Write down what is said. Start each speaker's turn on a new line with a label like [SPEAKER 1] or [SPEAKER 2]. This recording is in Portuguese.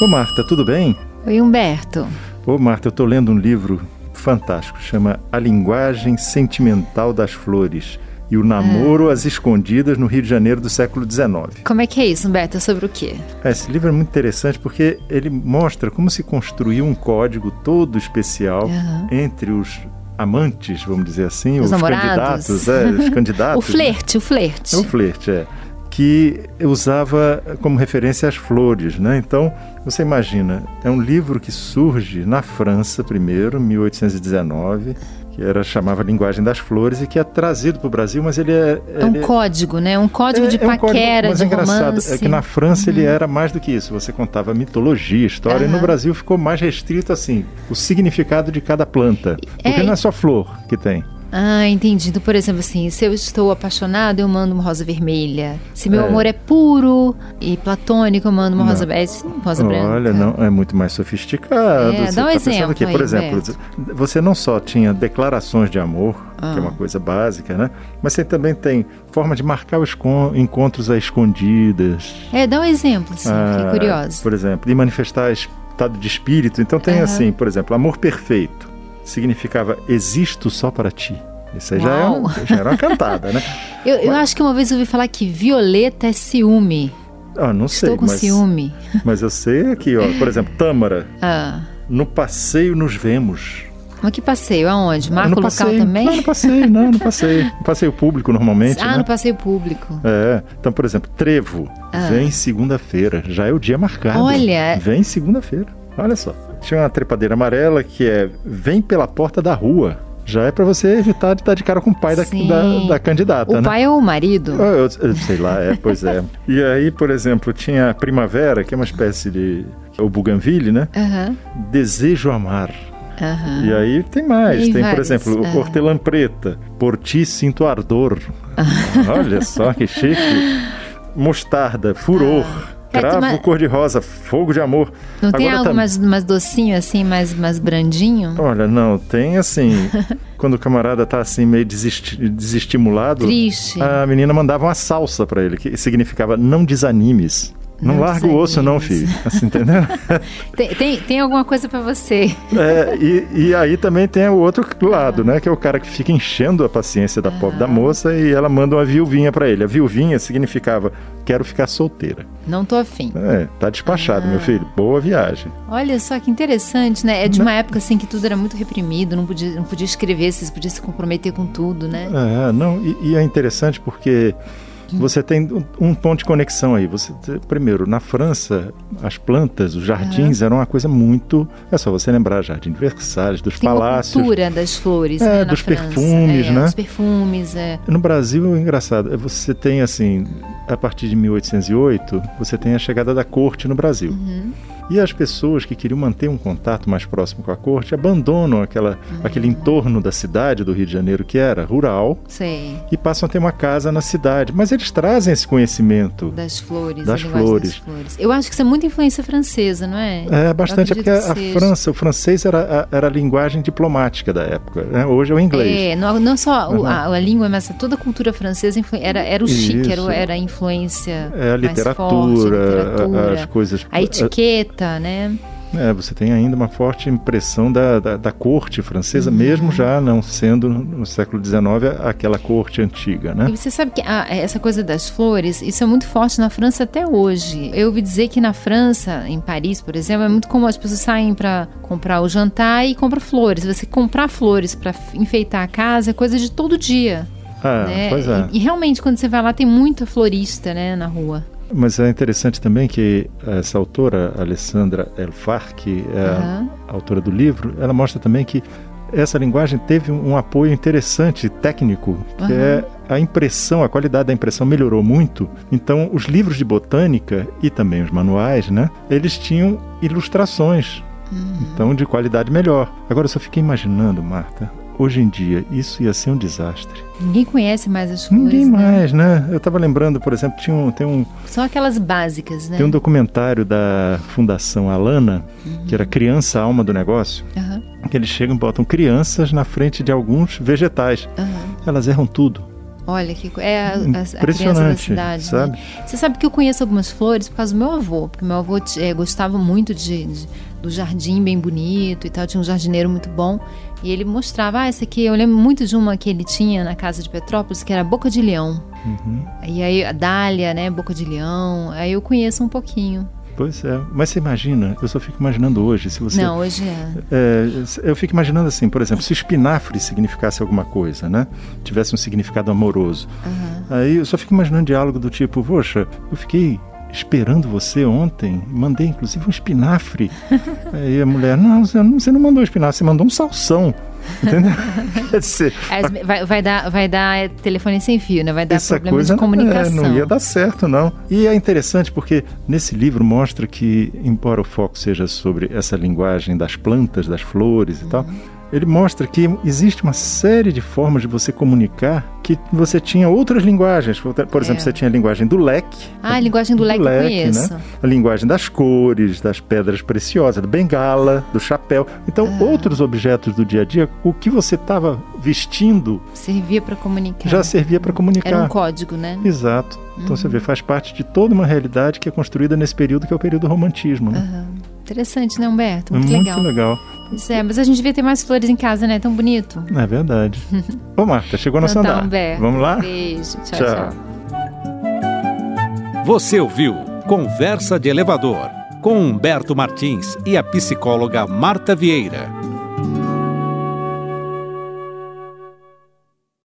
[SPEAKER 1] Ô Marta, tudo bem?
[SPEAKER 2] Oi, Humberto.
[SPEAKER 1] Ô Marta, eu tô lendo um livro fantástico, chama A Linguagem Sentimental das Flores e o Namoro às Escondidas no Rio de Janeiro do século XIX.
[SPEAKER 2] Como é que é isso, Humberto? É sobre o quê?
[SPEAKER 1] É, Esse livro é muito interessante porque ele mostra como se construiu um código todo especial
[SPEAKER 2] Aham.
[SPEAKER 1] entre os amantes, vamos dizer assim,
[SPEAKER 2] Os
[SPEAKER 1] os,
[SPEAKER 2] namorados.
[SPEAKER 1] candidatos, é, os
[SPEAKER 2] O
[SPEAKER 1] candidatos. né?
[SPEAKER 2] flerte, o flerte.
[SPEAKER 1] É um flerte, é. Que usava como referência as flores, né? Então, você imagina, é um livro que surge na França primeiro, 1819, que era chamava Linguagem das Flores e que é trazido para o Brasil, mas ele é...
[SPEAKER 2] É um
[SPEAKER 1] ele-
[SPEAKER 2] código, né? Um código de
[SPEAKER 1] é um código,
[SPEAKER 2] paquera,
[SPEAKER 1] mas
[SPEAKER 2] de
[SPEAKER 1] é engraçado,
[SPEAKER 2] romance. Uhum.
[SPEAKER 1] é que na França ele era mais do que isso. Você contava mitologia, história, e no
[SPEAKER 2] Aham.
[SPEAKER 1] Brasil ficou mais restrito, assim, o significado de cada planta.
[SPEAKER 2] É,
[SPEAKER 1] Porque não é só flor que tem.
[SPEAKER 2] Ah, entendi. Então, por exemplo, assim, se eu estou apaixonado, eu mando uma rosa vermelha. Se meu
[SPEAKER 1] É.
[SPEAKER 2] amor é puro e platônico, eu mando uma
[SPEAKER 1] Não.
[SPEAKER 2] rosa bege, rosa branca.
[SPEAKER 1] Olha, não, é muito mais sofisticado.
[SPEAKER 2] É,
[SPEAKER 1] Você
[SPEAKER 2] dá um
[SPEAKER 1] tá
[SPEAKER 2] exemplo
[SPEAKER 1] pensando que, por
[SPEAKER 2] aí,
[SPEAKER 1] exemplo, você não só tinha declarações de amor, que é
[SPEAKER 2] Ah.
[SPEAKER 1] uma coisa básica, né? Mas você também tem forma de marcar os con- encontros a escondidas.
[SPEAKER 2] É, dá um exemplo, assim, fiquei
[SPEAKER 1] ah,
[SPEAKER 2] curiosa.
[SPEAKER 1] Por exemplo, e manifestar estado de espírito. Então tem
[SPEAKER 2] Aham.
[SPEAKER 1] assim, por exemplo, amor perfeito significava existo só para ti. Isso aí já, é um-
[SPEAKER 2] Uau.
[SPEAKER 1] já era uma cantada, né?
[SPEAKER 2] Eu, eu acho que uma vez eu ouvi falar que violeta é ciúme.
[SPEAKER 1] Ah, não sei,
[SPEAKER 2] Estou com
[SPEAKER 1] mas,
[SPEAKER 2] ciúme.
[SPEAKER 1] mas eu sei aqui, ó. Por exemplo, Tâmara,
[SPEAKER 2] Ah,
[SPEAKER 1] no passeio nos vemos.
[SPEAKER 2] mas que passeio? Aonde? Marca o
[SPEAKER 1] no
[SPEAKER 2] local
[SPEAKER 1] passeio.
[SPEAKER 2] também?
[SPEAKER 1] Não, no passeio, não, no passeio. No passeio público, normalmente,
[SPEAKER 2] ah,
[SPEAKER 1] né?
[SPEAKER 2] no passeio público.
[SPEAKER 1] É. Então, por exemplo, trevo. Vem segunda-feira. Já é o dia marcado.
[SPEAKER 2] Ah. Olha.
[SPEAKER 1] Vem segunda-feira. Olha só. Tinha uma trepadeira amarela que é vem pela porta da rua. Já é pra você evitar de estar de cara com o pai da,
[SPEAKER 2] Sim.
[SPEAKER 1] da, da candidata, né?
[SPEAKER 2] o pai ou o marido?
[SPEAKER 1] Ah, Eu, eu sei lá, é, pois é. E aí, por exemplo, tinha a primavera, que é uma espécie de. O buganville, né?
[SPEAKER 2] Aham,
[SPEAKER 1] Desejo amar.
[SPEAKER 2] aham.
[SPEAKER 1] E aí tem mais,
[SPEAKER 2] E
[SPEAKER 1] tem, por
[SPEAKER 2] vários,
[SPEAKER 1] exemplo,
[SPEAKER 2] é.
[SPEAKER 1] o hortelã preta. Por ti sinto ardor. Olha só que chique. Mostarda, furor.
[SPEAKER 2] É, tem
[SPEAKER 1] Cravo
[SPEAKER 2] uma-
[SPEAKER 1] cor-de-rosa, fogo de amor.
[SPEAKER 2] Não tem
[SPEAKER 1] Agora
[SPEAKER 2] algo
[SPEAKER 1] tá-
[SPEAKER 2] mais, mais docinho, assim, mais, mais brandinho?
[SPEAKER 1] Olha, não, tem assim. quando o camarada tá assim, meio desesti- desestimulado,
[SPEAKER 2] Triste.
[SPEAKER 1] a menina mandava uma salsa pra ele, que significava não desanimes. Não,
[SPEAKER 2] Não
[SPEAKER 1] larga o osso, não, filho.
[SPEAKER 2] desanimes.
[SPEAKER 1] Assim, entendeu?
[SPEAKER 2] Tem, tem, tem alguma coisa pra você.
[SPEAKER 1] É, e, e aí também tem o outro lado, né? Que é o cara que fica enchendo a paciência da pobre da moça e ela manda uma viuvinha pra ele. A viuvinha significava quero ficar solteira.
[SPEAKER 2] Não tô afim.
[SPEAKER 1] É, tá despachado,
[SPEAKER 2] Ah.
[SPEAKER 1] meu filho. Boa viagem.
[SPEAKER 2] Olha só que interessante, né? É de uma época assim que tudo era muito reprimido, não podia, não podia escrever, você podia se comprometer com tudo, né?
[SPEAKER 1] É, não, e, e é interessante porque você tem um, um ponto de conexão aí. Você, te- primeiro, na França, as plantas, os jardins eram uma coisa muito. É só você lembrar, Jardim de Versalhes, dos
[SPEAKER 2] Tem uma
[SPEAKER 1] palácios.
[SPEAKER 2] cultura das flores,
[SPEAKER 1] É,
[SPEAKER 2] né? na
[SPEAKER 1] dos
[SPEAKER 2] França.
[SPEAKER 1] perfumes,
[SPEAKER 2] É,
[SPEAKER 1] né?
[SPEAKER 2] Dos perfumes, é.
[SPEAKER 1] No Brasil, é engraçado, você tem assim, a partir de 1808, você tem a chegada da corte no Brasil.
[SPEAKER 2] Uhum.
[SPEAKER 1] E as pessoas que queriam manter um contato mais próximo com a corte abandonam aquela,
[SPEAKER 2] Uhum.
[SPEAKER 1] aquele entorno da cidade do Rio de Janeiro, que era rural,
[SPEAKER 2] Sei.
[SPEAKER 1] e passam a ter uma casa na cidade. Mas eles trazem esse conhecimento.
[SPEAKER 2] Das flores,
[SPEAKER 1] Das
[SPEAKER 2] a linguagem
[SPEAKER 1] flores.
[SPEAKER 2] das flores. Eu acho que isso é muita influência francesa, não é?
[SPEAKER 1] É, bastante, é porque
[SPEAKER 2] acredito
[SPEAKER 1] a
[SPEAKER 2] que seja.
[SPEAKER 1] França, o francês era, a- era a linguagem diplomática da época. né? Hoje é o inglês.
[SPEAKER 2] É, não, não só o-
[SPEAKER 1] Uhum.
[SPEAKER 2] a, a língua, mas toda a cultura francesa influ- era, era o chique, era, o-
[SPEAKER 1] Isso.
[SPEAKER 2] era a influência
[SPEAKER 1] É a
[SPEAKER 2] mais
[SPEAKER 1] literatura,
[SPEAKER 2] forte, a
[SPEAKER 1] a- é,
[SPEAKER 2] literatura,
[SPEAKER 1] as coisas.
[SPEAKER 2] a etiqueta, né?
[SPEAKER 1] É, você tem ainda uma forte impressão da, da, da corte francesa, mesmo já não sendo no século XIX aquela corte antiga, né?
[SPEAKER 2] E você sabe que a- essa coisa das flores, isso é muito forte na França até hoje. Eu ouvi dizer que na França, em Paris, por exemplo, é muito comum as pessoas saem pra comprar o jantar e compram flores. Você comprar flores pra f- enfeitar a casa é coisa de todo dia,
[SPEAKER 1] Ah,
[SPEAKER 2] né?
[SPEAKER 1] pois é.
[SPEAKER 2] E, e realmente quando você vai lá tem muita florista, né, na rua.
[SPEAKER 1] Mas é interessante também que essa autora, Alessandra Elfar, que é
[SPEAKER 2] Aham.
[SPEAKER 1] a autora do livro, ela mostra também que essa linguagem teve um apoio interessante técnico, que
[SPEAKER 2] Aham.
[SPEAKER 1] é a impressão, a qualidade da impressão melhorou muito. Então, os livros de botânica e também os manuais, né, eles tinham ilustrações,
[SPEAKER 2] Uhum.
[SPEAKER 1] então de qualidade melhor. Agora, eu só fiquei imaginando, Marta, hoje em dia isso ia ser um desastre.
[SPEAKER 2] Ninguém conhece mais as flores.
[SPEAKER 1] Ninguém
[SPEAKER 2] né?
[SPEAKER 1] mais, né? Eu estava lembrando, por exemplo, tinha um, tem um
[SPEAKER 2] São aquelas básicas, né?
[SPEAKER 1] tem um documentário da Fundação Alana, que era Criança Alma do Negócio,
[SPEAKER 2] Aham,
[SPEAKER 1] que eles chegam e botam crianças na frente de alguns vegetais.
[SPEAKER 2] aham.
[SPEAKER 1] Elas erram tudo.
[SPEAKER 2] Olha que co- é a, a, a criança da cidade. né?
[SPEAKER 1] sabe?
[SPEAKER 2] Você sabe que eu conheço algumas flores por causa do meu avô, porque meu avô eh, gostava muito de, de- do jardim bem bonito e tal, tinha um jardineiro muito bom. E ele mostrava, ah, essa aqui, eu lembro muito de uma que ele tinha na casa de Petrópolis, que era Boca de Leão.
[SPEAKER 1] Uhum.
[SPEAKER 2] E aí a Dália, né, Boca de Leão, aí eu conheço um pouquinho.
[SPEAKER 1] Pois é. Mas você imagina, eu só fico imaginando hoje, se você.
[SPEAKER 2] Não, hoje é.
[SPEAKER 1] É, eu fico imaginando assim, por exemplo, se espinafre significasse alguma coisa, né? Tivesse um significado amoroso.
[SPEAKER 2] Aham.
[SPEAKER 1] Aí eu só fico imaginando um diálogo do tipo, poxa, eu fiquei esperando você ontem, mandei inclusive um espinafre. Aí a mulher, não, você não, você não mandou um espinafre, você mandou um salsão. Entendeu? Quer dizer,
[SPEAKER 2] As- Vai, vai dar, vai dar telefone sem fio, né? Vai dar
[SPEAKER 1] essa
[SPEAKER 2] problema
[SPEAKER 1] coisa
[SPEAKER 2] de comunicação.
[SPEAKER 1] é, não ia dar certo, não. E é interessante porque nesse livro mostra que, embora o foco seja sobre essa linguagem das plantas, das flores e tal,
[SPEAKER 2] Uhum.
[SPEAKER 1] ele mostra que existe uma série de formas de você comunicar que você tinha outras linguagens. Por exemplo,
[SPEAKER 2] É.
[SPEAKER 1] você tinha a linguagem do leque.
[SPEAKER 2] Ah, a linguagem do leque eu
[SPEAKER 1] né?
[SPEAKER 2] conheço.
[SPEAKER 1] A linguagem das cores, das pedras preciosas, do bengala, do chapéu. Então,
[SPEAKER 2] Ah.
[SPEAKER 1] outros objetos do dia a dia, o que você estava vestindo
[SPEAKER 2] Servia para comunicar.
[SPEAKER 1] já servia para comunicar.
[SPEAKER 2] É. Era um código, né?
[SPEAKER 1] Exato. Então
[SPEAKER 2] Uhum.
[SPEAKER 1] você vê, faz parte de toda uma realidade que é construída nesse período que é o período do romantismo. Né?
[SPEAKER 2] Aham. Interessante, né, Humberto?
[SPEAKER 1] É
[SPEAKER 2] Muito,
[SPEAKER 1] muito
[SPEAKER 2] Uhum. legal.
[SPEAKER 1] legal.
[SPEAKER 2] Pois é, mas a gente devia ter mais flores em casa, né? Tão bonito.
[SPEAKER 1] É verdade. Ô Marta, chegou nosso
[SPEAKER 2] Então tá,
[SPEAKER 1] andar.
[SPEAKER 2] Humberto.
[SPEAKER 1] Vamos lá?
[SPEAKER 2] Beijo. Tchau,
[SPEAKER 1] Tchau.
[SPEAKER 2] tchau.
[SPEAKER 3] Você ouviu Conversa de Elevador com Humberto Martins e a psicóloga Marta Vieira.